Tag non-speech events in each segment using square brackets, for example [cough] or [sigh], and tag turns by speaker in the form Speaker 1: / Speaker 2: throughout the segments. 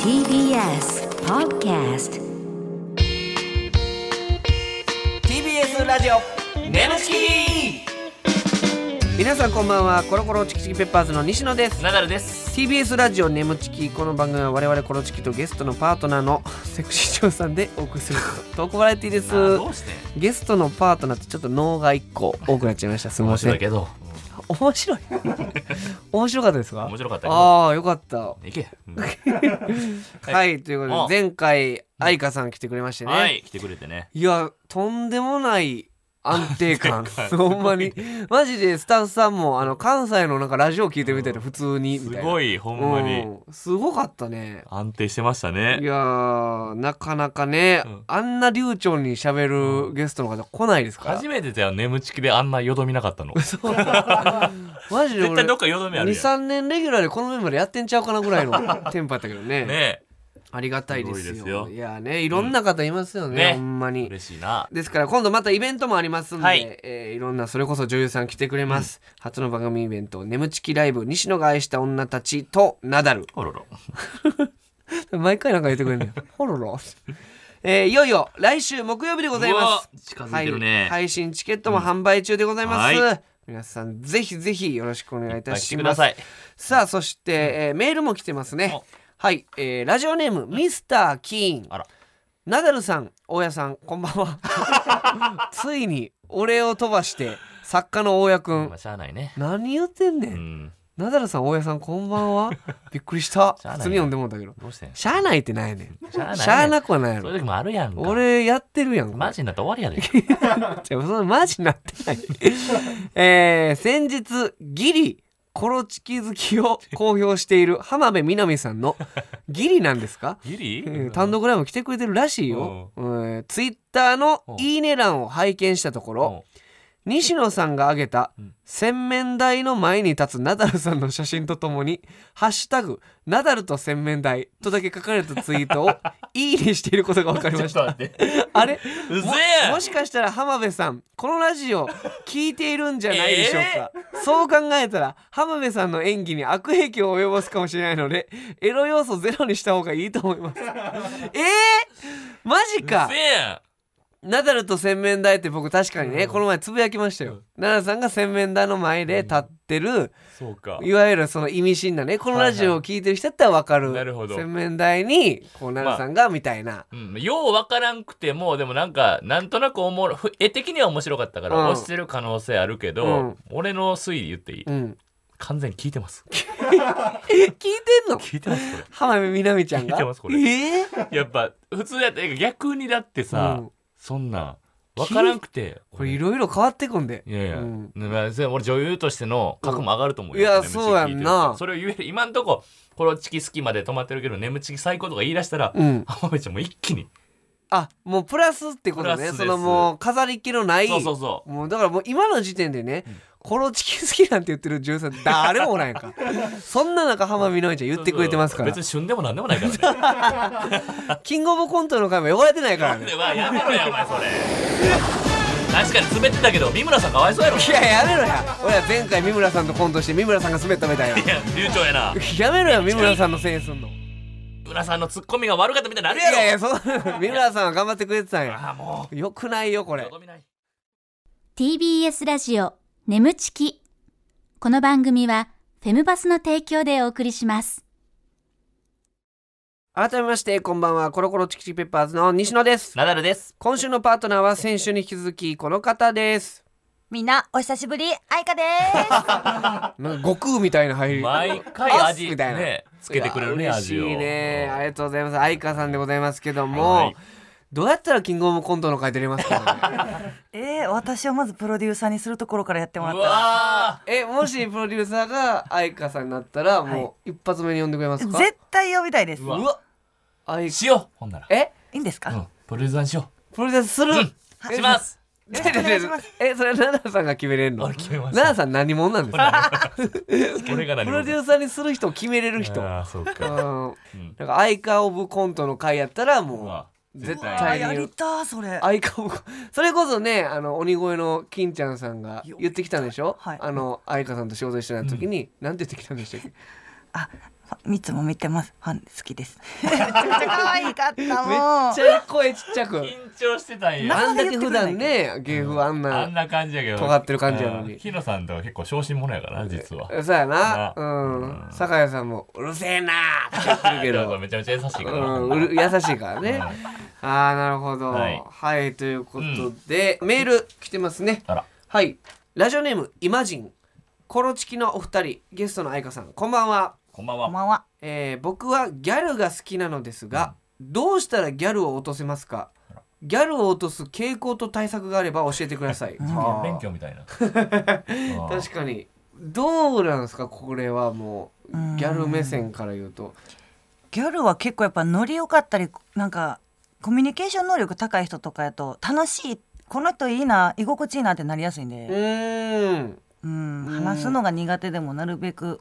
Speaker 1: TBS Podcast
Speaker 2: TBS ラジオ
Speaker 3: ネムチキ
Speaker 2: 皆さんこんばんはコロコロチキチキペッパーズの西野です
Speaker 3: ナダルです。
Speaker 2: TBS ラジオネムチキこの番組は我々コロチキとゲストのパートナーの [laughs] セクシー長さんでお送りするトークバラエティで
Speaker 3: あ
Speaker 2: す
Speaker 3: どうして
Speaker 2: ゲストのパートナーってちょっと脳が一個多くなっちゃいましたすみ
Speaker 3: [laughs] 面
Speaker 2: ません
Speaker 3: 白いけど。
Speaker 2: 面
Speaker 3: [laughs]
Speaker 2: 白い面白かったですか
Speaker 3: 面白かったけど
Speaker 2: ああよかった
Speaker 3: いけ。うんはい
Speaker 2: はいということ
Speaker 3: あ
Speaker 2: で前回愛花さん来てくれましてね、
Speaker 3: はい。来てくれてね。
Speaker 2: いやとんでもない安定感
Speaker 3: 安定感
Speaker 2: ほんまにマジでスタッフさんもあの関西のなんかラジオ聞いてるみたいな普通に
Speaker 3: す
Speaker 2: みたいな
Speaker 3: ごい、ほんまに。
Speaker 2: うんすごかったね
Speaker 3: 安定してました
Speaker 2: い
Speaker 3: ね。
Speaker 2: やーなかなかね、
Speaker 3: うん
Speaker 2: あんな流暢にしゃべるゲストの方来ないですから
Speaker 3: 初めてだよ、ネムチキであんなよどみなかったの。絶
Speaker 2: マジで俺
Speaker 3: 対どっ
Speaker 2: 23
Speaker 3: かよどみあるやん。
Speaker 2: 年レギュラーでこのメンバーでやってんちゃうかなぐ
Speaker 3: [laughs]
Speaker 2: らいのテンパやったけどね
Speaker 3: ね
Speaker 2: ありがたいです
Speaker 3: す
Speaker 2: よ
Speaker 3: ご
Speaker 2: い
Speaker 3: いですよ
Speaker 2: やねいろんな方いますよね,、
Speaker 3: ね
Speaker 2: ほんま
Speaker 3: え。
Speaker 2: に
Speaker 3: 嬉しいな。
Speaker 2: ですから今度またイベントもありますんで、
Speaker 3: はいい
Speaker 2: えーいろんなそれこそ女優さん来てくれます、初の番組イベント「眠ちきライブ西野が愛した女たち」とナダル
Speaker 3: あらら。
Speaker 2: [laughs] 毎回なんか言ってくれるのよ [laughs] ほろろえーいよいよ来週木曜日でございます
Speaker 3: うわ近づいてるね
Speaker 2: はい、配信チケットも販売中でございます、
Speaker 3: うんは
Speaker 2: 皆さんぜひぜひよろしくお願いいた
Speaker 3: 来
Speaker 2: して
Speaker 3: く
Speaker 2: ま
Speaker 3: だ
Speaker 2: す
Speaker 3: さい。
Speaker 2: さあそして、えーメールも来てますね
Speaker 3: お
Speaker 2: はい、えーラジオネームミスター・キーン
Speaker 3: あら。
Speaker 2: ナダルさん、大家さん、こんばん
Speaker 3: [laughs]
Speaker 2: は。ついに、お礼を飛ばして、作家の大家くん
Speaker 3: まあ、。しゃあないね。
Speaker 2: 何言ってんね。
Speaker 3: うんん。
Speaker 2: ナダルさん、大家さん、こんば
Speaker 3: [laughs]
Speaker 2: んは。びっくりした。
Speaker 3: しゃあない
Speaker 2: 普通に読んでもんだけど。
Speaker 3: どうしてん
Speaker 2: しゃあないってなんやねん。
Speaker 3: しゃあないね
Speaker 2: しゃあなくはないや
Speaker 3: そう
Speaker 2: ろ
Speaker 3: い。う時もあるやんか。、
Speaker 2: 俺やってるやんか。
Speaker 3: マジになったら終わりやで。
Speaker 2: じゃあそのマジなってない。えー、先日、ギリ、コロチキ好きを公表している浜辺美波さんのギリなんですか
Speaker 3: ギリ
Speaker 2: えー単独ライブも来てくれてるらしいよ、えーツイッターの
Speaker 3: うん
Speaker 2: いいね欄を拝見したところ
Speaker 3: う
Speaker 2: 西野さんが挙げた
Speaker 3: うん
Speaker 2: 洗面台の前に立つナダルさんの写真とともに「ハッシュタグナダルと洗面台」とだけ書かれたツイートをいいねしていることが分かり
Speaker 3: ん
Speaker 2: まし
Speaker 3: ちょ
Speaker 2: た
Speaker 3: っと待 [laughs] って。
Speaker 2: あれ
Speaker 3: うぜえ
Speaker 2: ももしかしたら浜辺さんこのラジオ聞いているんじゃないでしょうか、そう考えたら浜辺さんの演技に悪影響を及ぼすかもしれないのでエロ要素ゼロにした方がいいと思いますえ
Speaker 3: [laughs]
Speaker 2: ー、マジ
Speaker 3: う
Speaker 2: か
Speaker 3: ぜえ
Speaker 2: ナダルと洗面台って僕確かにね、この前つぶやきましたよ、ナダルさんが洗面台の前で立ってる、
Speaker 3: そうか。
Speaker 2: いわゆるその意味深なねこのラジオを聞いてる人だったら分かる,、
Speaker 3: はいはいなるほど
Speaker 2: 洗面台にこうナダルさんがみたいな、
Speaker 3: うん、ようわからんくてもでもなんかなんとなくおもろふ絵的には面白かったから、
Speaker 2: うん
Speaker 3: 押してる可能性あるけど、
Speaker 2: うん
Speaker 3: 俺の推理言っていい、
Speaker 2: うん、
Speaker 3: 完全に聞いてます
Speaker 2: え聞いてんの
Speaker 3: 聞いてますこ
Speaker 2: 浜辺美波ちゃんが
Speaker 3: [laughs] 聞いてますこれ
Speaker 2: ええ
Speaker 3: [laughs] れやっぱ普通やったら逆にだってさ、
Speaker 2: うん
Speaker 3: そんなわからんくて
Speaker 2: これ
Speaker 3: 俺
Speaker 2: いろいろ変わってくんで
Speaker 3: いやいや、
Speaker 2: うん
Speaker 3: まあそれ俺女優としての格も上がると思うよ、
Speaker 2: うんいや
Speaker 3: 眠ちき
Speaker 2: そうやんな
Speaker 3: 聞いてるとそれを言える今んとこコロチキ好きまで止まってるけど眠ちき最高とか言い出したら、
Speaker 2: うん
Speaker 3: 浜辺ちゃんも一気に
Speaker 2: あもうプラスってこと
Speaker 3: プラ
Speaker 2: ね
Speaker 3: スです
Speaker 2: そのもう飾り気のない
Speaker 3: そうそうそう
Speaker 2: もうだからもう今の時点でね、コロチキ好きなんて言ってる女優さん誰もおらんやん
Speaker 3: [laughs]
Speaker 2: かそんな中浜美波ちゃん言ってくれてますから
Speaker 3: 別に旬でもなんでもないからね
Speaker 2: キングオブコントの回も呼ばれてないからね
Speaker 3: ではやめろやお前それ確かに滑ってたけど三村さんかわいそうやろ [laughs]
Speaker 2: いややめろや俺は前回三村さんとコントして三村さんが滑ったみたいな
Speaker 3: いや流暢やな
Speaker 2: やめろや三村さんのせいにすんの
Speaker 3: 三村さんのツッコミが悪かったみたいにないるやろ
Speaker 2: やいやそんな三村さんは頑張ってくれてたんや
Speaker 3: ああも
Speaker 2: よくないよこ
Speaker 3: う
Speaker 2: れ
Speaker 3: よどみない
Speaker 1: TBS ラジオ眠ちきこの番組はフェムバスの提供でお送りします
Speaker 2: 改めましてこんばんはコロコロチキチキペッパーズの西野です
Speaker 3: ナダルです
Speaker 2: 今週のパートナーは先週に引き続きこの方です
Speaker 4: みんなお久しぶり、あいかです。
Speaker 2: なんか悟空みたいな入り
Speaker 3: 毎回
Speaker 2: あ
Speaker 3: 味
Speaker 2: みたいな
Speaker 3: ねつけてくれる
Speaker 2: い
Speaker 3: ね
Speaker 2: や
Speaker 3: 味を
Speaker 2: 嬉しいねありがとうございます相川さんでございますけども、
Speaker 3: はい
Speaker 2: どうやったらキングオブコントの回出れますか、ね、
Speaker 4: [laughs] えー、私をまずプロデューサーにするところからやってもらっ
Speaker 3: う
Speaker 4: たら。
Speaker 3: わ
Speaker 2: [laughs] えもしプロデューサーが相川さんになったらもう一発目に呼んでくれますか、
Speaker 4: 絶対呼びたいです。
Speaker 3: うわ
Speaker 2: うわ相
Speaker 3: ーしようほんなら
Speaker 2: え
Speaker 4: いいんですか、
Speaker 3: うんプロデューサーにしよ
Speaker 2: プロデューサーする、
Speaker 3: うします
Speaker 2: えちょちょ
Speaker 4: お願いしま
Speaker 2: えそれ奈々さんが決めれんの
Speaker 3: 俺決めました
Speaker 2: 奈々さん何者なんですか
Speaker 3: 俺が何
Speaker 2: プ
Speaker 3: も
Speaker 2: ロデューサーにする人を決めれる人
Speaker 3: ああそう
Speaker 2: うん
Speaker 3: かうん
Speaker 2: なんかアイカオブコントの回やったら
Speaker 3: う
Speaker 2: も
Speaker 3: わ
Speaker 2: う絶
Speaker 4: あ
Speaker 2: 対
Speaker 4: ーや
Speaker 2: に
Speaker 4: りたーそれ。
Speaker 2: アイカオブそれこそねあの鬼越の金ちゃんさんが言ってきたんでしょ、
Speaker 4: はい
Speaker 2: あの愛花さんと仕事一緒になった時に、なんて言ってきたんでしたっけ
Speaker 4: あ、いつも見てます。ファン好きです。めちゃくちゃ可愛かった
Speaker 2: めっ
Speaker 4: も
Speaker 2: ち
Speaker 4: う。
Speaker 2: ゃ声ちっちゃく
Speaker 3: 緊張してたんや。
Speaker 2: あんだけ普段ね芸風あん
Speaker 3: あ
Speaker 2: なん
Speaker 3: な感じやけど。
Speaker 2: 尖ってる感じやのに
Speaker 3: うんヒロさんとは結構小心者やからな、実は。
Speaker 2: そうやな
Speaker 3: な
Speaker 2: うん酒井さんも「うるせえな」って言ってるけ
Speaker 3: ヒロ
Speaker 2: [laughs]
Speaker 3: さ
Speaker 2: ど
Speaker 3: んめちゃめちゃ優しいか
Speaker 2: うん、
Speaker 3: ら。
Speaker 2: うる優しいからね。ああ、なるほど。は
Speaker 3: はいい、
Speaker 2: ということで、メール来てますね。
Speaker 3: あら。
Speaker 2: はい、ラジオネームイマジン。コロチキのお二人、ゲストの愛香さん、こんばんは。
Speaker 3: こんばん
Speaker 4: こん
Speaker 3: は。
Speaker 4: ばんは。
Speaker 2: えー僕はギャルが好きなのですが、どうしたらギャルを落とせますか。ギャルを落とす傾向と対策があれば教えてください。あー
Speaker 3: 勉強みたい
Speaker 2: [laughs]
Speaker 3: な。
Speaker 2: 確かに。どうなんですか、これはもう
Speaker 4: うん
Speaker 2: ギャル目線から言うと。
Speaker 4: ギャルは結構やっぱノリ良かったりなんかコミュニケーション能力高い人とかやと楽しいこの人いいな居心地いいなってなりやすいん
Speaker 2: う
Speaker 4: で、
Speaker 2: ーん。
Speaker 4: うん、話すのが苦手でもなるべく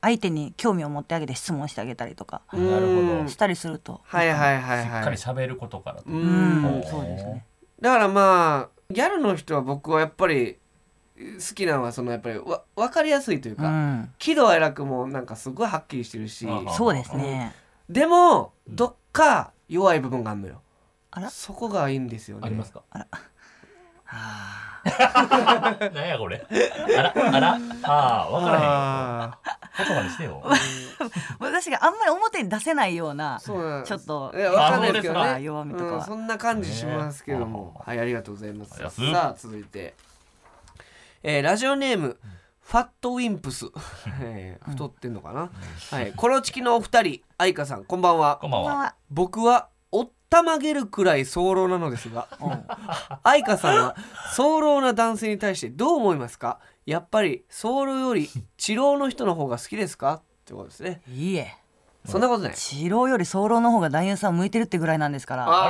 Speaker 4: 相手に興味を持ってあげて質問してあげたりとか
Speaker 3: なるほど。
Speaker 2: うん
Speaker 3: し
Speaker 4: したりすると、
Speaker 2: はいはいはいはい。
Speaker 3: っかり喋ることからと。
Speaker 2: う
Speaker 4: うん
Speaker 2: ん
Speaker 4: そうですね
Speaker 2: だからまあギャルの人は僕はやっぱり好きなのはそのやっぱりわ分かりやすいという
Speaker 4: う
Speaker 2: か、
Speaker 4: ん、
Speaker 2: 喜怒哀楽もなんかすごいはっきりしてるし
Speaker 3: ああ
Speaker 4: そうですね
Speaker 2: でもどっか弱い部分があるのよ
Speaker 4: あら
Speaker 2: そこがいいんですよね
Speaker 3: ありますか。
Speaker 4: あ
Speaker 3: [laughs] なんやこれ。あら、あら、ああ、わから
Speaker 2: ああ
Speaker 3: へん。言葉にしてよ。
Speaker 4: ー私があんまり表に出せないような
Speaker 2: そうなん
Speaker 4: ちょっと
Speaker 2: いやわかんないですけど
Speaker 4: あそうですか
Speaker 2: ね
Speaker 4: 弱みとかは
Speaker 2: うん、そんな感じしますけども、
Speaker 3: ね
Speaker 2: はいありがとうございます
Speaker 3: ありがとうござい
Speaker 2: さあ続いて、えーラジオネームファットウィンプ
Speaker 3: [laughs]
Speaker 2: ス、えー太ってんのかな、はいコロチキのお二人愛花さんこんばんは
Speaker 3: こんばん
Speaker 4: こんばん
Speaker 3: は。
Speaker 4: は
Speaker 2: 僕はおったまげるくらい早漏なのですが愛花さんは早漏な男性に対してどう思いますかやっぱり早漏より治療の人の方が好きですかってことですね
Speaker 4: いいえ
Speaker 2: そんなことない
Speaker 4: 治療より早漏の方が男優さん向いてるってぐらいなんですから
Speaker 3: あ
Speaker 2: あ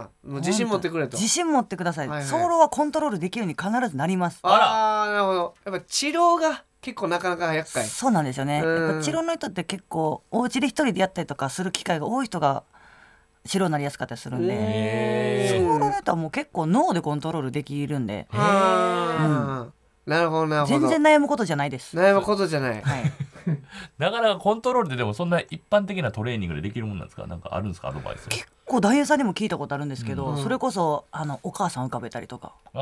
Speaker 2: らもう自信持ってくれと
Speaker 4: 自信持ってください
Speaker 2: はいはい
Speaker 4: 早漏はコントロールできるように必ずなります
Speaker 2: ああなるほどやっぱ治療が結構なかなか厄介
Speaker 4: そうなんですよね。
Speaker 2: うん
Speaker 4: やっぱ治療の人って結構お家で一人でやったりとかする機会が多い人が治療になりやすかったりするんで、
Speaker 2: へ
Speaker 4: そ
Speaker 2: ー
Speaker 4: うなの人はもう結構脳でコントロールできるんで、
Speaker 2: あーなるほどなるほ
Speaker 4: 全
Speaker 2: ど
Speaker 4: 然悩むことじゃないです。
Speaker 2: 悩むことじゃない
Speaker 4: はい。
Speaker 3: なかなかコントロールってでもそんな一般的なトレーニングでできるもんなんですかなんかあるんですかアドバイス
Speaker 4: 結構男優さんにも聞いたことあるんですけど、
Speaker 2: うん
Speaker 4: それこそあのお母さん浮かべたりとか、
Speaker 3: あ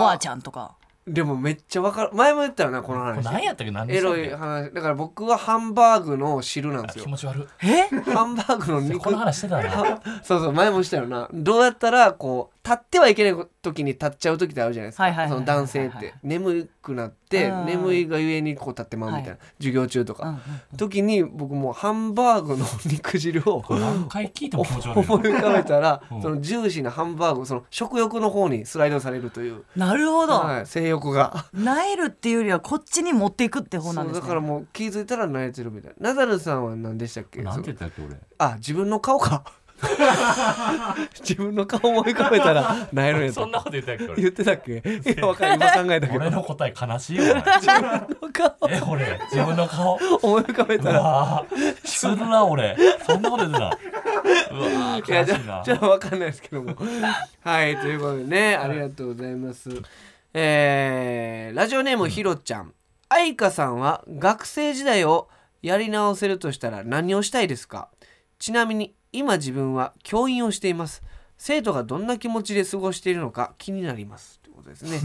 Speaker 4: おばあ
Speaker 2: ゃ
Speaker 4: ちゃんとか、
Speaker 2: んでもめっちゃわかる前も言ったよなこの
Speaker 3: ーこれ
Speaker 2: 話
Speaker 3: 何やったっけ何で
Speaker 2: エ
Speaker 3: したっ
Speaker 2: ロい
Speaker 3: け
Speaker 2: 話だから僕はハンバーグの汁なん
Speaker 3: あ
Speaker 2: ですよ
Speaker 3: 気持ち悪
Speaker 4: え？
Speaker 2: ハンバーグの
Speaker 3: い
Speaker 2: 肉
Speaker 3: この話して
Speaker 2: [laughs]
Speaker 3: たな
Speaker 2: はそうそう前もしたよなどうやったらこう立ってはいけない時に立っちゃう時ってあるじゃないですか、
Speaker 4: はいはいはい
Speaker 2: その男性って、
Speaker 4: はいはい
Speaker 2: 眠くなって
Speaker 4: うん
Speaker 2: 眠いがゆえにこう立ってまうみたいな、
Speaker 4: は
Speaker 2: 授業中と
Speaker 4: うんう
Speaker 2: か、
Speaker 4: ん
Speaker 2: 時に僕もうハンバーグの肉汁を
Speaker 3: これ何回聞いても気持ち悪い
Speaker 2: 思い浮かべたら、
Speaker 3: うん
Speaker 2: そのジューシーなハンバーグその食欲の方にスライドされるという、
Speaker 4: なるほど。
Speaker 2: はい、性欲が。
Speaker 4: ナイルっていうよりはこっちに持っていくって方なんで
Speaker 2: そ
Speaker 4: す
Speaker 2: う
Speaker 4: ね。
Speaker 2: だからもう気づいたら慣れてるみたいなナダルさんは何でしたっけ
Speaker 3: ななん
Speaker 2: そ
Speaker 3: て
Speaker 2: の
Speaker 3: 言ったっけ俺
Speaker 2: あ自分の顔か自分の顔思い浮かべたらなえるんやと
Speaker 3: そんなこと言ったっけ俺
Speaker 2: 言ってたっけいやわかる今考えたけど
Speaker 3: 俺の答え悲しいよお前
Speaker 2: の顔
Speaker 3: え俺自分の顔
Speaker 2: 思い浮かべ
Speaker 3: う
Speaker 2: たら
Speaker 3: わ [laughs] ーするな俺そんなこと言ってたうわ
Speaker 2: いや
Speaker 3: ー
Speaker 2: じ
Speaker 3: 悲しい
Speaker 2: ゃ
Speaker 3: な
Speaker 2: あじゃあわかんないですけどもはいということでねありがとうございますえーラジオネームひろちゃん愛花さんは学生時代をやり直せるとしたら何をしたいですかちなみに今自分は教員をしています生徒がどんな気持ちで過ごしているのか気になりますということですね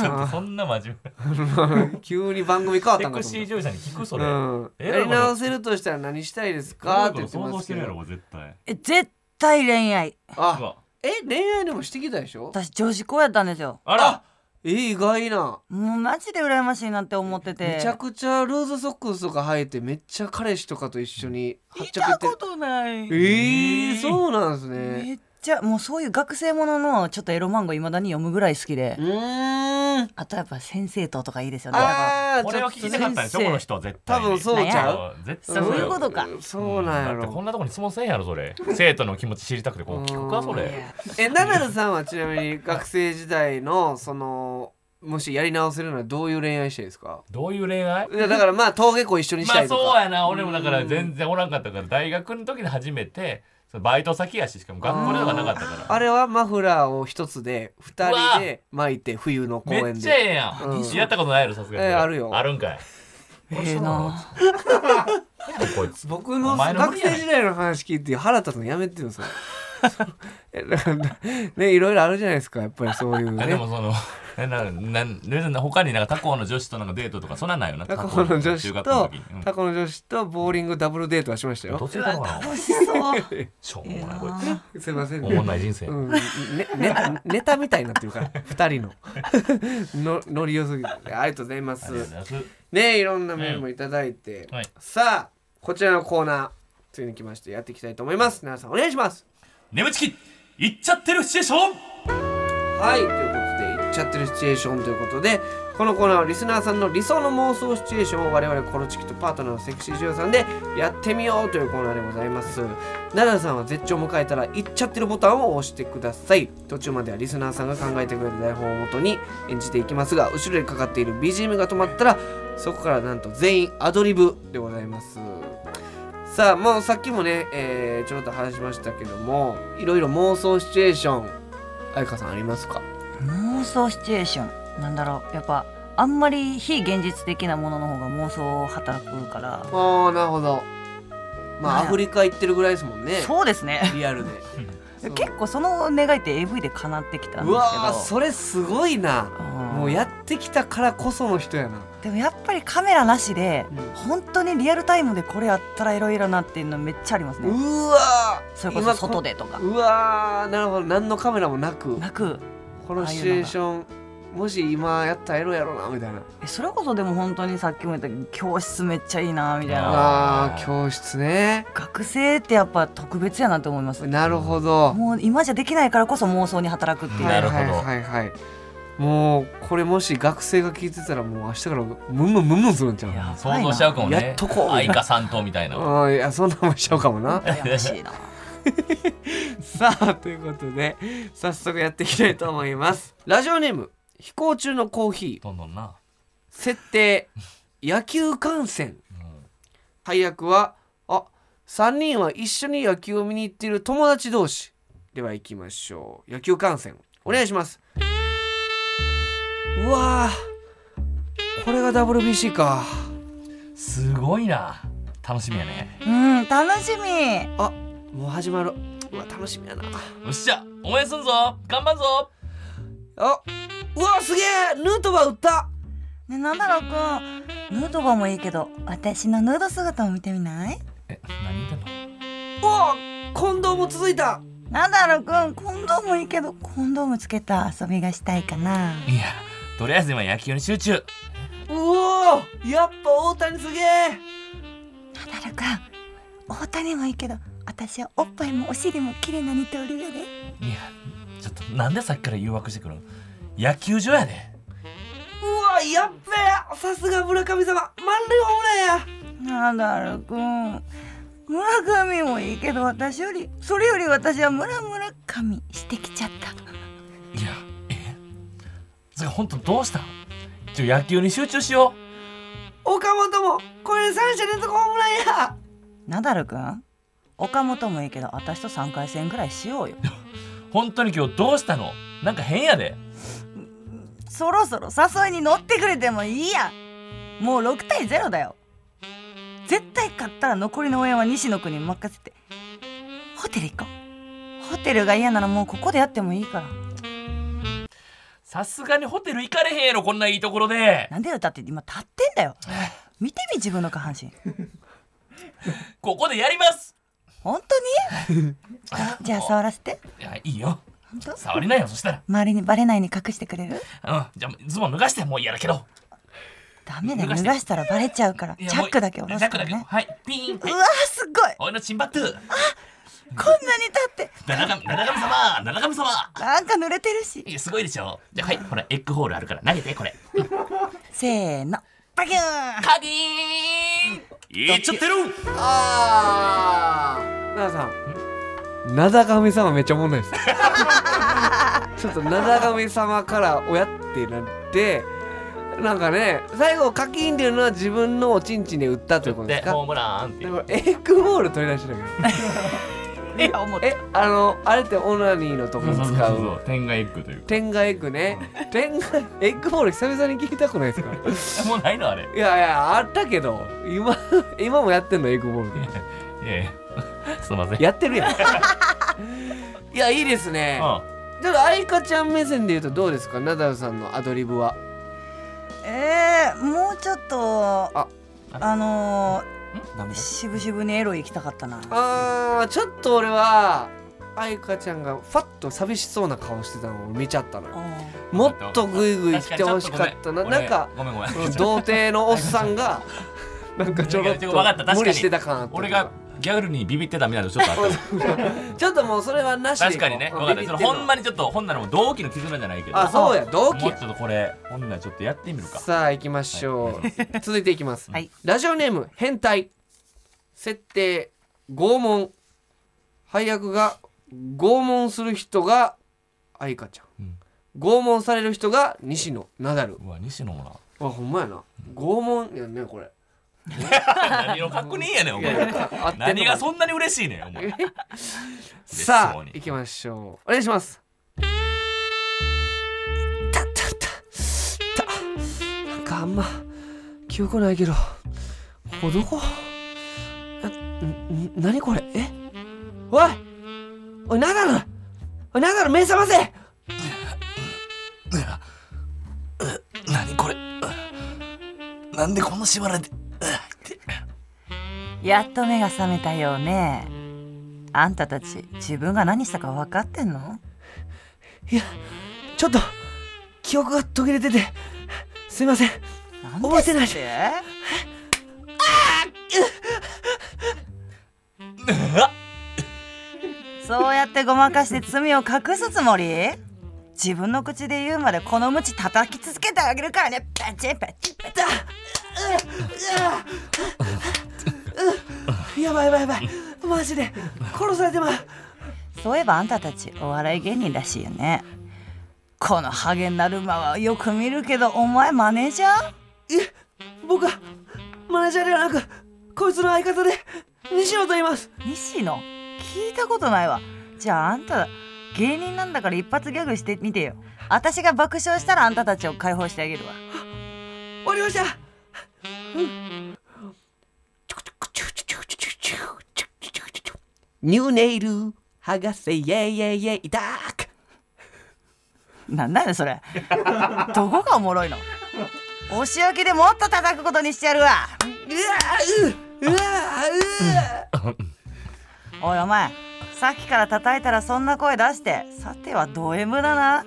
Speaker 3: ちょっとそんな真面
Speaker 2: [laughs]
Speaker 3: 目
Speaker 2: 急に番組変わった
Speaker 3: セ
Speaker 2: んかと思
Speaker 3: ク
Speaker 2: った
Speaker 3: シー女優さんに聞くそれ
Speaker 2: うん、
Speaker 3: えら
Speaker 2: や
Speaker 3: い
Speaker 2: り直せるとしたら何したいですかって言って
Speaker 3: 想
Speaker 2: ま
Speaker 3: 像
Speaker 2: す
Speaker 3: し
Speaker 2: け
Speaker 3: てるやろ
Speaker 2: ど
Speaker 3: もう絶対
Speaker 4: え絶対恋愛。
Speaker 3: う
Speaker 2: あ
Speaker 3: わ
Speaker 2: え恋愛でもしてきたでしょ
Speaker 4: 私女子校やったんですよ。
Speaker 3: あら
Speaker 2: え意外な
Speaker 4: もうマジで羨ましいなって思ってて
Speaker 2: めちゃくちゃルーズソックスとか履いてめっちゃ彼氏とかと一緒にはっちゃけてる
Speaker 4: とない
Speaker 2: えー、そうなんですね
Speaker 4: めっちゃもうそういう学生もののちょっとエロ漫画いまだに読むぐらい好きで
Speaker 2: うーん
Speaker 4: あとやっぱ先生ととかいいですよねだか
Speaker 2: あー
Speaker 3: これを聞き
Speaker 2: ち
Speaker 3: た
Speaker 2: ょ
Speaker 3: か
Speaker 2: っ
Speaker 3: ったんでしょ
Speaker 4: 先生
Speaker 3: この人は絶対に
Speaker 2: 多分そう
Speaker 4: ちゃ
Speaker 2: う
Speaker 3: 絶
Speaker 2: と
Speaker 3: 対
Speaker 4: そういうことか
Speaker 2: んそうなんや
Speaker 3: だってこん
Speaker 2: ろ
Speaker 3: なとこに質問せんやろそれ生徒の気持ち知りたくてこう聞くかそ
Speaker 4: [laughs] ら
Speaker 3: れ
Speaker 4: いや
Speaker 2: えナダルさんはちなみに学生時代のそのもしやり直せるならどういう恋愛したいですか
Speaker 3: どういう恋愛
Speaker 2: いやだからまあ登下校一緒にし
Speaker 3: ま
Speaker 2: たい
Speaker 3: あ
Speaker 2: とか、
Speaker 3: そうやな俺もだから全然おらんかったから大学の時に初めてそのバイト先やししかも学校ではなかったから
Speaker 2: あれはマフラーを一つで二人で巻いて冬の公
Speaker 3: め
Speaker 2: 園
Speaker 3: っちゃえ
Speaker 2: で。
Speaker 3: えやん、
Speaker 2: うん
Speaker 3: やったことないやろさすがに、
Speaker 2: ええあるよ
Speaker 3: あるんかい
Speaker 4: ええな
Speaker 3: こいつ
Speaker 2: 僕の
Speaker 3: お前の無
Speaker 2: 学
Speaker 3: 理や
Speaker 2: 生時代の話聞いて腹立つのやめてよ [laughs] それえだからねいろいろあるじゃないですかやっぱりそういう
Speaker 3: え
Speaker 2: ね
Speaker 3: でもそのえななん別に他になんか他校の女子となんかデートとかそんなんないよな
Speaker 2: タコの女子と
Speaker 3: 中学校の時に、うん
Speaker 2: タコの女子とボーリングダブルデートはしました
Speaker 3: どっ
Speaker 2: よ
Speaker 3: ち行ったのかな
Speaker 4: 楽しそう。
Speaker 3: しょう
Speaker 4: ええ
Speaker 3: もないこいつ
Speaker 4: な
Speaker 2: すいません
Speaker 3: おもんない人生、
Speaker 2: うん、ねネタネタみたいになってるから2人の [laughs] のノリ良すぎてありがとうございま
Speaker 3: あ
Speaker 2: す
Speaker 3: りがとうございます
Speaker 2: ねいろんなメールもいただいて、
Speaker 3: はい
Speaker 2: さあこちらのコーナーついに来ましてやっていきたいと思います皆さんお願いします
Speaker 3: 眠ちき行っちゃってるシチュエーション
Speaker 2: はいということで「いっちゃってるシチュエーション」ということでこのコーナーはリスナーさんの理想の妄想シチュエーションを我々コロチキとパートナーのセクシージュさんでやってみようというコーナーでございます奈良さんは絶頂を迎えたら「いっちゃってる」ボタンを押してください途中まではリスナーさんが考えてくれた台本をもとに演じていきますが後ろにかかっている BGM が止まったらそこからなんと全員アドリブでございますさあもうさっきもね、えーちょろっと話しましたけどもいろいろ妄想シチュエーション愛花さんありますか
Speaker 4: 妄想シチュエーションなんだろうやっぱあんまり非現実的なものの方が妄想を働くか
Speaker 2: あ
Speaker 4: ら、
Speaker 2: あなるほどまあ
Speaker 4: ね
Speaker 2: アフリカ行ってるぐらいですもんね
Speaker 4: そうですね
Speaker 2: リアルでそう
Speaker 4: 結構その願いって AV で叶ってきたん
Speaker 2: う
Speaker 4: です
Speaker 2: わ
Speaker 4: け
Speaker 2: ー
Speaker 4: ど
Speaker 2: それすごいな
Speaker 4: うん
Speaker 2: もうやってきたからこその人やな
Speaker 4: でもやっぱりカメラなしで、
Speaker 2: うん
Speaker 4: 本当にリアルタイムでこれやったらエロいろなっていうのめっちゃあります
Speaker 2: う
Speaker 4: ね
Speaker 2: わー
Speaker 4: それこ
Speaker 2: 今
Speaker 4: そ外でとか
Speaker 2: うわーなるほど何のカメラもなく
Speaker 4: なく
Speaker 2: このシチュエーションもし今やったらエロやろなみたいな
Speaker 4: えそれこそでも本当にさっきも言ったけど教室めっちゃいいなみたいな
Speaker 2: あ
Speaker 3: あー
Speaker 2: ー教室ね
Speaker 4: 学生ってやっぱ特別やなと思います
Speaker 2: なるほど
Speaker 4: もう今じゃできないからこそ妄想に働くっていう、
Speaker 2: は
Speaker 3: ないるほ
Speaker 2: はい
Speaker 3: ど
Speaker 2: はいはいもうこれもし学生が聞いてたらもう明日からムンムンムンムンするんちゃう
Speaker 4: いや
Speaker 3: 想像しちゃうかもね
Speaker 2: やっとこう
Speaker 3: 愛花さんとみたい
Speaker 2: [laughs]
Speaker 3: な
Speaker 2: あーいやそんなんもしちゃうかもな
Speaker 4: やましいな
Speaker 2: [laughs] さあということで早速やっていきたいと思いますラジオネーム飛行中のコーヒー
Speaker 3: どんどんな、
Speaker 2: 設定野球観戦
Speaker 3: うん
Speaker 2: 配役はあ3人は一緒に野球を見に行っている友達同士では行きましょう野球観戦お願いしますうわーこれが WBC か
Speaker 3: すごいな楽しみやね
Speaker 4: うん楽しみ
Speaker 2: あもう始まるうわ楽しみやな
Speaker 3: よっしゃ応援すんぞ頑張んぞ
Speaker 2: あうわすげえヌートバー打った
Speaker 4: ねなんだろうくんヌードバーもいいけど私のヌード姿を見てみない
Speaker 3: え何言ってんの
Speaker 2: うわ近藤も続いた
Speaker 4: なんだろうくんコンドームいいけどコンドームつけた遊びがしたいかない
Speaker 3: やとりあえず今野球に集中
Speaker 2: うおーやっぱ大谷すげえ
Speaker 4: なんだろうくん大谷もいいけど私はおっぱいもお尻も綺麗な似ておるよね
Speaker 3: いやちょっとなんでさっきから誘惑してくるの野球場やで
Speaker 2: うわやっべえさすが村上様満塁ホームランや
Speaker 4: なんだろうくん村上もいいけど私よりそれより私は村村上してきちゃった
Speaker 3: いやえそれ本当どうしたんちょ野球に集中しよ
Speaker 2: 岡本もこれで3者連続ホームランや
Speaker 4: ナダルくん岡本もいいけど私と3回戦ぐらいしようよ
Speaker 3: う本当に今日どうしたのなんか変やで
Speaker 4: そろそろ誘いに乗ってくれてもいいやもう6対0だよ絶対勝ったら残りの応援は西野くんに任せてホテル行こうホテルが嫌ならもうここでやってもいいから
Speaker 3: さすがにホテル行かれへんやろこんないいところで
Speaker 4: なんでよだって今立ってんだよ見てみ自分の下半身
Speaker 3: ここでやります
Speaker 4: 本当
Speaker 3: [laughs]
Speaker 4: にあじゃあ触らせて
Speaker 3: いやいいよ
Speaker 4: 本当
Speaker 3: 触りなよそした
Speaker 4: 周りにバレないように隠してくれる
Speaker 3: らうんじゃあズボン脱がしてもう嫌だけど
Speaker 4: ダメだよ
Speaker 3: 脱がし
Speaker 4: 脱
Speaker 3: て
Speaker 4: がしたらバレちゃうからチ
Speaker 3: いや
Speaker 4: ャ
Speaker 3: もう
Speaker 4: ックだけ下ろ
Speaker 3: チャ
Speaker 4: す
Speaker 3: ック
Speaker 4: か
Speaker 3: だ
Speaker 4: ら
Speaker 3: け
Speaker 4: ね
Speaker 3: はいピーン
Speaker 4: う
Speaker 3: はい
Speaker 4: わーすごい
Speaker 3: 俺のチンバットゥ
Speaker 4: こんなに立って
Speaker 3: 七神七神様七神様
Speaker 4: なんか濡れてるし
Speaker 3: いやすごいでしょじゃあはいほらエッグホールあるから投げてこれ
Speaker 4: せーのバキューン
Speaker 3: カギーンいっちゃってる
Speaker 2: あー奈良さんなだ神様めっちゃおもんないですちょっとなだ神様からおやってなってなんかね最後課金っていうのは自分のおちんちんで売ったということです
Speaker 3: で
Speaker 2: か
Speaker 3: ホームランってい
Speaker 2: で
Speaker 3: う
Speaker 2: もエッグボール取り出してたけど
Speaker 4: いや思った
Speaker 5: えあのあれってオナニーのとこ
Speaker 3: そうそうそう
Speaker 5: 使
Speaker 3: そうう天がエッグという
Speaker 5: 天がエッグね天がエッグボール久々に聞いたくないですか
Speaker 3: えもうないのあれ
Speaker 5: いやいやあったけど今今もやってんのエッグボール
Speaker 3: いやいやすいません
Speaker 5: やってるやん [laughs] いやいいですね
Speaker 3: う
Speaker 5: ちょっと愛花ちゃん目線で言うとどうですかナダルさんのアドリブは
Speaker 4: えー、もうちょっと
Speaker 5: あ
Speaker 4: あの
Speaker 3: んダメ
Speaker 4: ー、しぶしぶにエロ行きたかったな
Speaker 5: あーちょっと俺は愛花ちゃんがファッと寂しそうな顔してたのを見ちゃったのよ
Speaker 4: あ
Speaker 5: もっとグイグイ来てほしかったな
Speaker 3: 確
Speaker 5: なんか
Speaker 3: にちょっとごめんごめん
Speaker 5: そ
Speaker 3: ごめ
Speaker 5: の
Speaker 3: ん
Speaker 5: 童貞のおっさん [laughs] がなんかちょろ
Speaker 3: い
Speaker 5: っ
Speaker 3: やいやわかった確か
Speaker 5: と
Speaker 3: に
Speaker 5: 無理してたかなと
Speaker 3: 俺がギャルにビビってたみたいなのちょっとあった
Speaker 5: ちょっともうそれはなしで
Speaker 3: 確かにね分かったそのほんまにちょっとほんならもう同期の絆じゃないけど
Speaker 5: あそうや同期
Speaker 3: もう
Speaker 5: や
Speaker 3: ちょっとこれほんならちょっとやってみるか
Speaker 5: さあ行きましょう [laughs] 続いていきます
Speaker 4: はい
Speaker 5: ラジオネーム変態設定拷問配役が拷問する人が愛花ちゃ
Speaker 3: うん
Speaker 5: ん拷問される人が西野ナダル
Speaker 3: うわ西野もな
Speaker 5: あほんまやな拷問やんねこれ
Speaker 3: 何の確認やねんお
Speaker 5: いやい
Speaker 3: 前
Speaker 5: や [laughs] 合ってんのかな
Speaker 3: 何がそんなに嬉しいねんお前嬉し
Speaker 5: さあ
Speaker 3: そうに
Speaker 5: 行きましょうお願いしますたたたたなんかあんま記憶ないけどここどこななにこれえおいおいナダルおいナダル目覚ませ
Speaker 6: 何これなんでこんな縛られてって
Speaker 4: ーやっと目が覚めたようねあんたたち自分が何したか分かってんの
Speaker 5: いやちょっと記憶が途切れててすいません
Speaker 4: なん
Speaker 5: 覚えてない
Speaker 4: ですってそうやってごまかして罪を隠すつもり自分の口で言うまでこのムチ叩き続けてあげるからねパチンパチンパチン
Speaker 5: やばいやばいやばいマジで殺されてまう
Speaker 4: そういえばあんたたちお笑い芸人らしいよねこのハゲなるまはよく見るけどお前マネージャー
Speaker 5: 僕はマネージャーではなくこいつの相方で西野と言います
Speaker 4: 西野聞いたことないわじゃああんた芸人なんだから一発ギャグしてみてよ私が爆笑したらあんたたちを解放してあげるわ
Speaker 5: 終わりましたニューネイル剥がせイェイイェイイェイ痛く
Speaker 4: なんだよ
Speaker 5: [laughs]
Speaker 4: それどこがおもろいの押し置きでもっと叩くことにしてやるわ
Speaker 5: うわう
Speaker 4: おいお前さっきから叩いたらそんな声出してさてはド M だな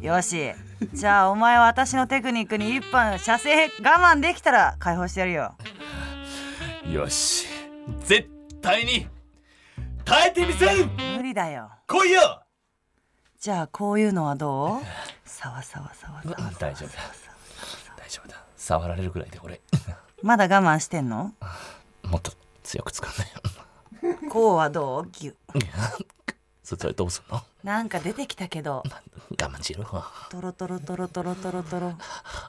Speaker 4: よしじゃあお前は私のテクニックに一本射精我慢できたら解放してやるよ
Speaker 3: よし絶対に耐えてみせん
Speaker 4: 無理だよ
Speaker 3: 来いよ
Speaker 4: じゃあこういうのは
Speaker 5: [laughs]
Speaker 4: どうさわさわさわさわ
Speaker 3: 大丈夫だ大丈夫だ触られるぐらいで俺
Speaker 4: まだ我慢してんの
Speaker 3: もっと強く使わないよ
Speaker 4: こうはどうギュ
Speaker 3: それどうすんの
Speaker 4: なんか出てきたけど
Speaker 3: 我慢しろ
Speaker 4: トロトロトロトロトロトロ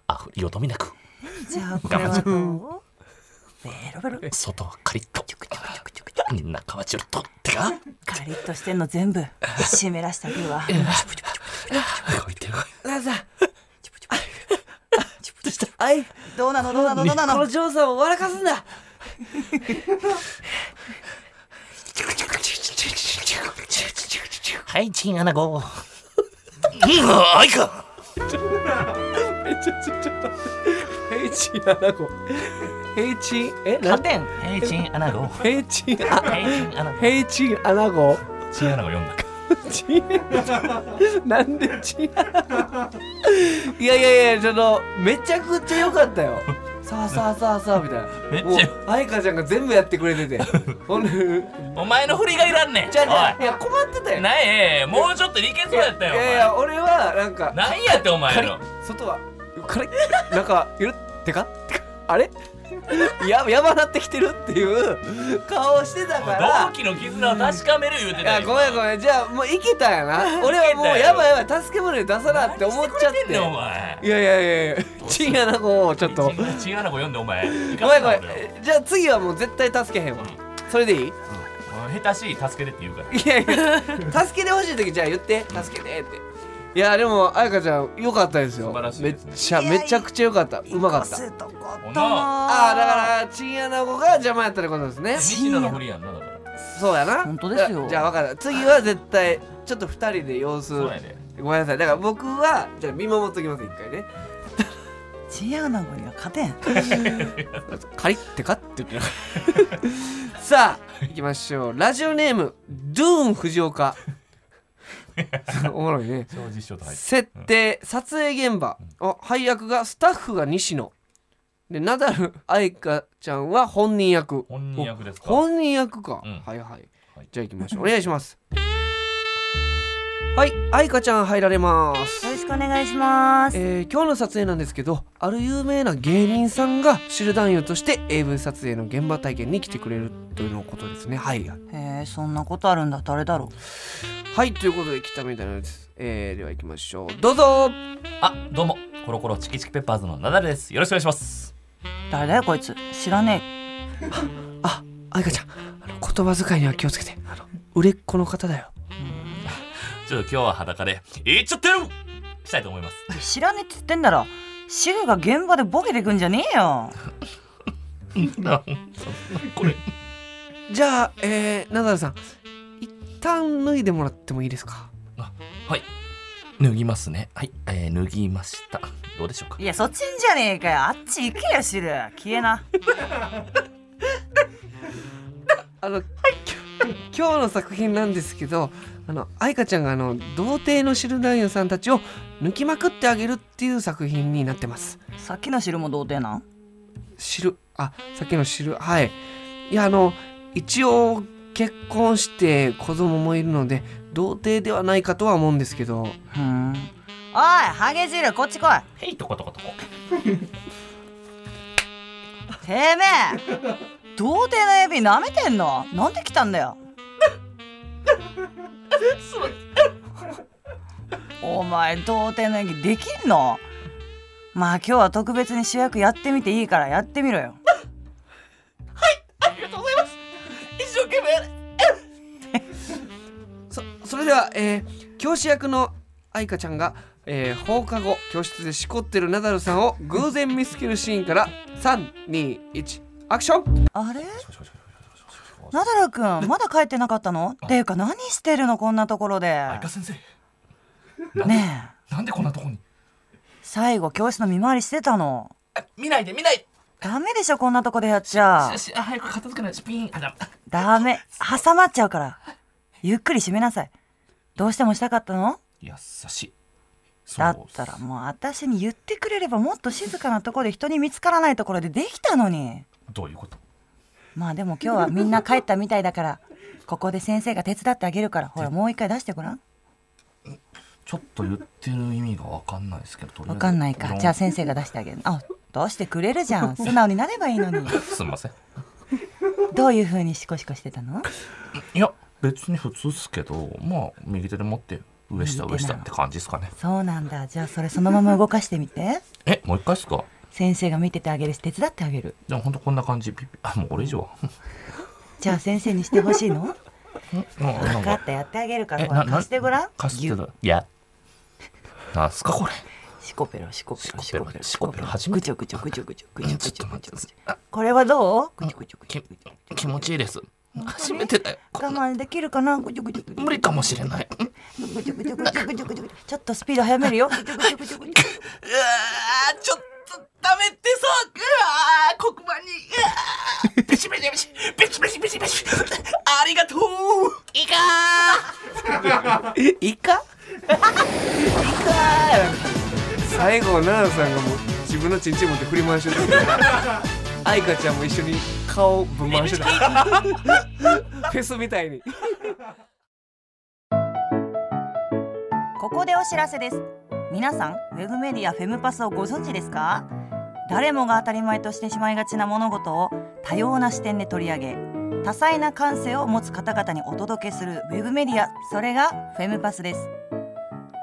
Speaker 3: あふよどみなく
Speaker 4: じゃあこれはどうベロベロ
Speaker 3: 外はカリッと中はチュルッとってか
Speaker 4: カリッとしてんの全部湿らしてあげるわ
Speaker 3: こいてこ
Speaker 5: わラザあい
Speaker 4: どうなのどうなのどうな
Speaker 5: この
Speaker 4: の
Speaker 5: ジョーさんを笑かすんだ
Speaker 3: いはいチンアナゴ
Speaker 6: あいか
Speaker 5: ヘイチンアナゴヘイチンえなん
Speaker 4: 点
Speaker 6: えー、チンアナゴ
Speaker 5: ヘイチンあ
Speaker 6: えー、チンアナゴ
Speaker 5: ヘイチンアナゴ
Speaker 3: チンアナゴ読んだ
Speaker 5: [laughs] チーなん [laughs] でチーいやいやいやちょっとめちゃくちゃ良かった
Speaker 3: [laughs]
Speaker 5: よさあさあさあさあみたいな
Speaker 3: めっちゃ
Speaker 5: もう愛花ちゃんが全部やってくれ
Speaker 3: [laughs]
Speaker 5: ててほんで
Speaker 3: お前の振りがいらんねん
Speaker 5: じゃあ
Speaker 3: お
Speaker 5: いや困ってた
Speaker 3: い
Speaker 5: よ
Speaker 3: ないえもうちょっといけそうやったよ
Speaker 5: いやいや俺はなんか
Speaker 3: お前なんやってお
Speaker 5: カ
Speaker 3: 前
Speaker 5: リ
Speaker 3: の
Speaker 5: ッ外はカリッなんかゆるってか [laughs] てかあれややばなってきてるっていう顔をしてたから
Speaker 3: 同期の絆を確かめる言うて
Speaker 5: い
Speaker 3: た
Speaker 5: や
Speaker 3: よ
Speaker 5: ごめんごめんじゃあもういけたやな俺はもうやばいやばい助け舟出さなって思っちゃって
Speaker 3: ねんお前
Speaker 5: いやいやいやいや、チンアナゴをちょっと。ごめん
Speaker 3: チンアナゴ読んでお前ご
Speaker 5: ごめん。じゃあ次はもう絶対助けへんわ。それでいい
Speaker 3: うん下手しい助けてって言うから
Speaker 5: いや
Speaker 3: [laughs]
Speaker 5: いや助けてほしい時じゃあ言って助けてっていやでも彩香ちゃん良かったですよ
Speaker 3: 素晴らしい
Speaker 5: めっ
Speaker 3: ですね
Speaker 5: ちゃめちゃくちゃ良かったうまかった
Speaker 4: 生かすとこ
Speaker 3: ほ
Speaker 4: と
Speaker 3: な
Speaker 5: ああだからチンアナゴが邪魔やったってことですね
Speaker 3: 西野のふりやんなだから
Speaker 5: そうやな
Speaker 4: 本当ですよ
Speaker 5: じゃあ分かった次は絶対ちょっと二人で様子
Speaker 3: そうやで
Speaker 5: ごめんなさいだから僕はじゃあ見守っときます一回ね
Speaker 4: チアナゴには勝てん
Speaker 5: カリッてかって言ってなかった [laughs] さあ行きましょうラジオネームドゥーン
Speaker 3: [laughs]
Speaker 5: 藤岡おもろいね
Speaker 3: 小実証と入って
Speaker 5: 設定、撮影現場、あ配役がスタッフが西野でナダル愛花ちゃんは本人役
Speaker 3: 本人役ですか
Speaker 5: 本人役か、
Speaker 3: うん
Speaker 5: はいはい、
Speaker 3: はい
Speaker 5: じゃあ行きましょうお願いしますはい愛花ちゃん入られます
Speaker 4: よろしくお願いします
Speaker 5: えー今日の撮影なんですけどある有名な芸人さんが知る男優として AV 撮影の現場体験に来てくれるというのことですねはいはい
Speaker 4: へえそんなことあるんだ誰だろう
Speaker 5: はいということで来たみたいなんです、えーでは行きましょうどうぞ
Speaker 3: あどうもコロコロチキチキペッパーズのナダルですよろしくお願いします
Speaker 4: 誰だよこいつ知らね
Speaker 5: あ愛花ちゃんあの言葉遣いには気をつけてあの売れっ子の方だよ
Speaker 3: ちょっと今日は裸でいっちゃってるしたいと思います
Speaker 4: え知らねえって言ってんだろシゲが現場でボケてくんじゃねえよ
Speaker 3: [laughs] これ
Speaker 5: じゃあえー、ナダルさん一旦脱いでもらってもいいですか
Speaker 3: はい脱ぎますねはい、えー、脱ぎましたどうでしょうか
Speaker 4: いやそっちんじゃねえかよあっち行けよシル消えな
Speaker 5: あの、きょ今日の作品なんですけどあの愛花ちゃんがあの童貞の知る男優さんたちを抜きまくってあげるっていう作品になってます
Speaker 4: さっきのシルも童貞なん
Speaker 5: 知るあさっきの知るはいいやあの一応結婚して子供もいるので童貞ではないかとは思うんですけど
Speaker 4: ふーんおいハゲ汁こっち来い
Speaker 3: ヘイとことことこ
Speaker 4: てめえ童貞の指舐めてんのなんで来たんだよお前童貞の演技できんのまあ今日は特別に主役やってみていいからやってみろよ
Speaker 5: そそれでは、えー教師役の愛花ちゃんが、えー放課後教室でしこってるナダルさんを偶然見つけるシーンから321アクション
Speaker 4: あれナダルくんまだ帰ってなかったのっていうか何してるのこんなところで
Speaker 3: 相川先生
Speaker 4: ねえ
Speaker 3: なんでこんなとこに
Speaker 4: 最後教室の見回りしてたの
Speaker 3: あ見ないで見ない
Speaker 4: ダメでしょこんなとこでやっちゃ
Speaker 3: ししあ早く片付けないしピーンあだ
Speaker 4: ダメ挟まっちゃうからゆっくり閉めなさいどうしてもしたかったの
Speaker 3: 優しいそう
Speaker 4: だったらもう私に言ってくれればもっと静かなとこで人に見つからないところでできたのに
Speaker 3: どういうこと
Speaker 4: まあでも今日はみんな帰ったみたいだからここで先生が手伝ってあげるからほらもう一回出してごらん
Speaker 3: ちょっと言ってる意味がわかんないですけど
Speaker 4: わかんないかじゃあ先生が出してあげるあ出してくれるじゃん素直になればいいのに
Speaker 3: 生すみません
Speaker 4: どういう風にシコシコしてたの
Speaker 3: いや別に普通っすけどまあ右手で持って上下上下って感じですかね
Speaker 4: そうなんだじゃあそれそのまま動かしてみて
Speaker 3: えもう一回っすか
Speaker 4: 先生が見ててあげるし手伝ってあげる
Speaker 3: でもほんとこんな感じピッピあもう
Speaker 4: [laughs]
Speaker 3: 俺以上は
Speaker 4: じゃあ先生にしてほしいの
Speaker 3: なな
Speaker 4: 分
Speaker 3: ん
Speaker 4: か
Speaker 3: か
Speaker 4: ったやってあげるか
Speaker 3: え
Speaker 4: らほら
Speaker 3: なな
Speaker 4: 貸してごらん
Speaker 3: かすって
Speaker 4: ぎゅ
Speaker 3: るいやなんすかこれ
Speaker 4: シコペロシコペロ
Speaker 3: シコペロシコペロ初め
Speaker 4: ぐ
Speaker 3: て
Speaker 4: ちょぐちょぐちょぐちょぐちょぐちょぐちょぐちょぐちょ
Speaker 3: あ
Speaker 4: これはどうぐちょぐちょぐちょ
Speaker 3: き気持ちいいです初めてだよこ
Speaker 4: 我
Speaker 3: んな
Speaker 4: 慢できるかなぐちょぐちょぐちょ
Speaker 3: 無理かもしれないうん
Speaker 4: ぐちょぐちょぐちょぐちょぐちょぐちょちょっとスピード早め
Speaker 3: [laughs]
Speaker 4: るよぐちょぐちょぐちょぐ
Speaker 7: うわ
Speaker 4: ちょ
Speaker 7: ーちょっとダメってさうわー黒板にうわービシビシビシビシビシビシビシありがとういいか
Speaker 5: イカイカ最後奈々さんがもう自分のチンチン持って振り回してる愛花ちゃんも一緒に顔をぶん回してたフェスみたいに
Speaker 4: ここでお知らせです皆さんウェブメディアフェムパスをご存知ですか誰もが当たり前としてしまいがちな物事を多様な視点で取り上げ多彩な感性を持つ方々にお届けするウェブメディアそれがフェムパスです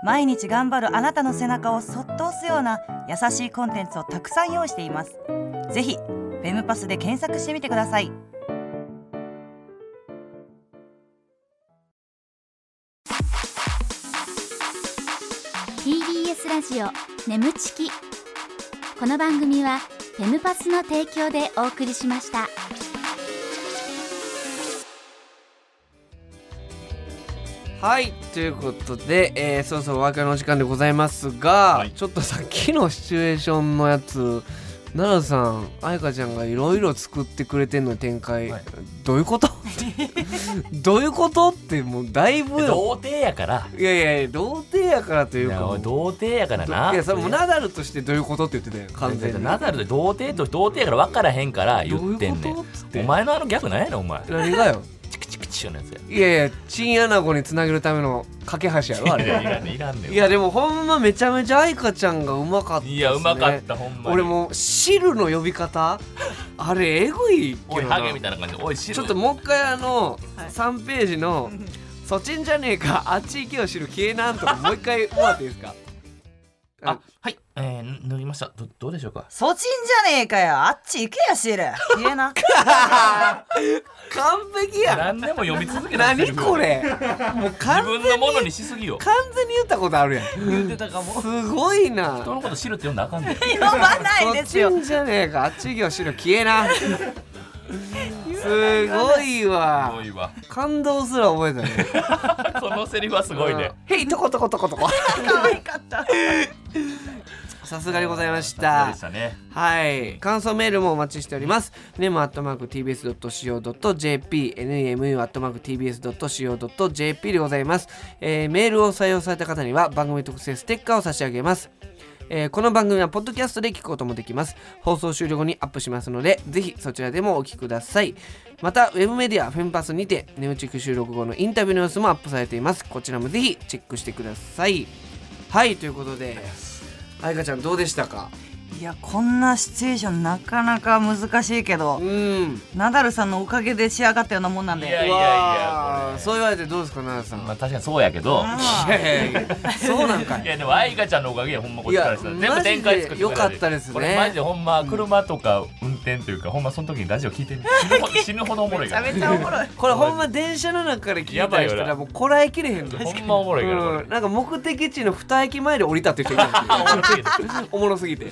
Speaker 4: 毎日頑張るあなたの背中をそっと押すような優しいコンテンツをたくさん用意していますぜひフェムパスで検索してみてください
Speaker 1: TBS ラジオ眠ちきこの番組はフェムパスの提供でお送りしました
Speaker 5: はいということで、えーそろそろお別れの時間でございますが、
Speaker 3: はい
Speaker 5: ちょっとさっきのシチュエーションのやつ奈良さん愛花ちゃんがいろいろ作ってくれてんの展開、
Speaker 3: はい
Speaker 5: どういうこと [laughs] どういうことってもうだいぶよ
Speaker 3: 童貞やから
Speaker 5: いやいやいや童貞やからとい
Speaker 3: いう
Speaker 5: か
Speaker 3: や
Speaker 5: も
Speaker 3: おいう童貞やからない
Speaker 5: やそれもうナダルとしてどういうことって言ってたよ完全に
Speaker 3: ナダルで童貞と童貞やから分からへんから
Speaker 5: ど
Speaker 3: 言
Speaker 5: う
Speaker 3: って
Speaker 5: いうん
Speaker 3: ね
Speaker 5: こ
Speaker 3: ん
Speaker 5: とっつって
Speaker 3: お前のあのギャグなんやねんお前
Speaker 5: 何がよ
Speaker 3: チクチクチクのやつや
Speaker 5: いやいやチンアナゴにつなげるための架け橋やろあ
Speaker 3: いやい
Speaker 5: れ
Speaker 3: らんねんいらんねん
Speaker 5: いやでもほんまめちゃめちゃ愛花ちゃんがうまかったですね
Speaker 3: いやうまかったほんまに
Speaker 5: 俺もう汁の呼び方
Speaker 3: [laughs]
Speaker 5: あれえぐい
Speaker 3: お
Speaker 5: け
Speaker 3: い
Speaker 5: ど
Speaker 3: ハ
Speaker 5: な
Speaker 3: ゲみたいな感じでおいシ
Speaker 5: ち
Speaker 3: ル
Speaker 5: ょっともう一回あの
Speaker 4: はい
Speaker 5: 3ページの「そっちんじゃねえかあっち行けよ汁消えなん」とかもう一回もらっていいですか
Speaker 3: あはいえー、塗りましたどどうでしょうか
Speaker 4: そちんじゃねえかよあっち行けよシール言え [laughs] な
Speaker 5: 完璧やん
Speaker 3: 何でも読み続けた
Speaker 5: 何これも
Speaker 3: 自
Speaker 5: う完
Speaker 3: 分
Speaker 5: 全
Speaker 3: のも
Speaker 5: に
Speaker 3: のにしすぎよ
Speaker 5: 完全に言ったことあるやん
Speaker 4: 言ってたかも
Speaker 5: すごいな
Speaker 3: 人のこと知るって読んだらあかんねん
Speaker 4: 読まないですよ
Speaker 5: そっちんじゃねえかあっち行けよ汁消えなすごい
Speaker 3: す
Speaker 5: わ
Speaker 3: ごいわ
Speaker 5: 感動すら覚えたね
Speaker 3: このセリフはすごいね
Speaker 5: うん。へい、とことことことこ。
Speaker 4: 可愛かった
Speaker 5: さすがでございまし
Speaker 3: そう
Speaker 5: た
Speaker 3: でし。たね
Speaker 5: はい、感想メールもお待ちしております。ネムアットマーク TBS ドット CO ドット JP、NEMU アットマーク TBS ドット CO ドット JP でございます、えーメールを採用された方には番組特製ステッカーを差し上げます。えーこの番組はポッドキャストで聞くこともできます放送終了後にアップしますのでぜひそちらでもお聞きくださいまたウェブメディアフェンパスにてネオチック収録後のインタビューの様子もアップされていますこちらもぜひチェックしてくださいはいということで愛花ちゃんどうでしたか
Speaker 4: いやこんなシチュエーションなかなか難しいけど
Speaker 5: うん
Speaker 4: ナダルさんのおかげで仕上がったようなもんなん
Speaker 3: いや
Speaker 4: で
Speaker 3: いや
Speaker 5: わあ
Speaker 3: これ
Speaker 5: そう言われてどうですか奈々
Speaker 3: ま
Speaker 5: さ
Speaker 3: あ確かにそうやけど
Speaker 4: あ
Speaker 5: んいやいやいやそうなんか
Speaker 3: い
Speaker 5: い
Speaker 3: やでも愛花ちゃんのおかげやほんまこっちからしたら
Speaker 5: いや
Speaker 3: 全部展開作ってくれ
Speaker 5: マジで良かったですね
Speaker 3: これマジでほんま車とか運転というかほんまその時にラジオ聞いてる死ぬほど死ぬほどおもろい
Speaker 4: めち
Speaker 3: か
Speaker 4: ゃ
Speaker 3: ら
Speaker 4: めちゃおもろい
Speaker 5: これほんま電車の中で聞い
Speaker 3: や
Speaker 5: た
Speaker 3: ばい
Speaker 5: り
Speaker 3: よ
Speaker 5: し
Speaker 3: な
Speaker 5: たらもうこらえきれへんぞ
Speaker 3: ほんまおもろいからこ
Speaker 5: う
Speaker 3: れ
Speaker 5: ん、なんか目的地の二駅前で降りたっていう人
Speaker 3: [laughs]
Speaker 5: い [laughs] たんですよおもろすぎて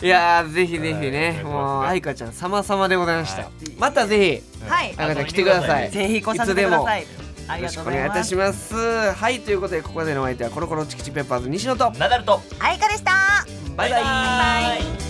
Speaker 5: いやーぜひぜひね、
Speaker 3: はい
Speaker 5: もう愛花ちゃん様々でございました、
Speaker 3: は
Speaker 5: またぜ
Speaker 4: はい
Speaker 5: ひ愛花ちゃん来てください
Speaker 4: ぜひ来させてくださいあり
Speaker 5: よろ
Speaker 4: が
Speaker 5: し
Speaker 4: と
Speaker 5: く
Speaker 4: うご
Speaker 5: お
Speaker 4: ざ
Speaker 5: 願
Speaker 4: い
Speaker 5: いい
Speaker 4: ま
Speaker 5: た
Speaker 4: す
Speaker 5: しますはいということでここまでのお相手はコロコロチキチキペッパーズ西野と
Speaker 3: ナダルと
Speaker 4: あいかでした
Speaker 5: バイバイ
Speaker 3: バイ